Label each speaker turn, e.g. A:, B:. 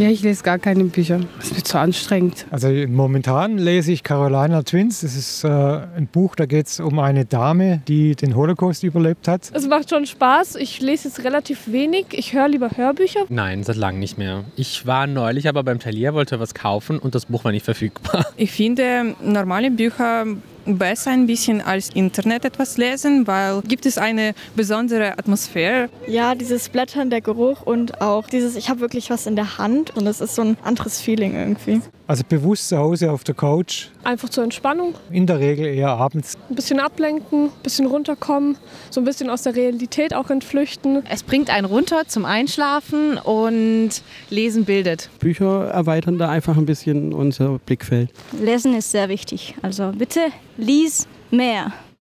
A: Ja, ich lese gar keine Bücher. Das ist mir zu anstrengend.
B: Also momentan lese ich Carolina Twins. Das ist äh, ein Buch, da geht es um eine Dame, die den Holocaust überlebt hat.
C: Es macht schon Spaß. Ich lese jetzt relativ wenig. Ich höre lieber Hörbücher.
D: Nein, seit langem nicht mehr. Ich war neulich aber beim Thalia, wollte was kaufen und das Buch war nicht verfügbar.
E: Ich finde normale Bücher besser ein bisschen als Internet etwas lesen, weil gibt es eine besondere Atmosphäre.
F: Ja, dieses Blättern, der Geruch und auch dieses, ich habe wirklich was in der Hand und es ist so ein anderes Feeling irgendwie.
B: Also bewusst zu Hause auf der Couch.
C: Einfach zur Entspannung.
B: In der Regel eher abends.
C: Ein bisschen ablenken, ein bisschen runterkommen, so ein bisschen aus der Realität auch entflüchten.
G: Es bringt einen runter zum Einschlafen und Lesen bildet.
H: Bücher erweitern da einfach ein bisschen unser Blickfeld.
I: Lesen ist sehr wichtig. Also bitte lies mehr.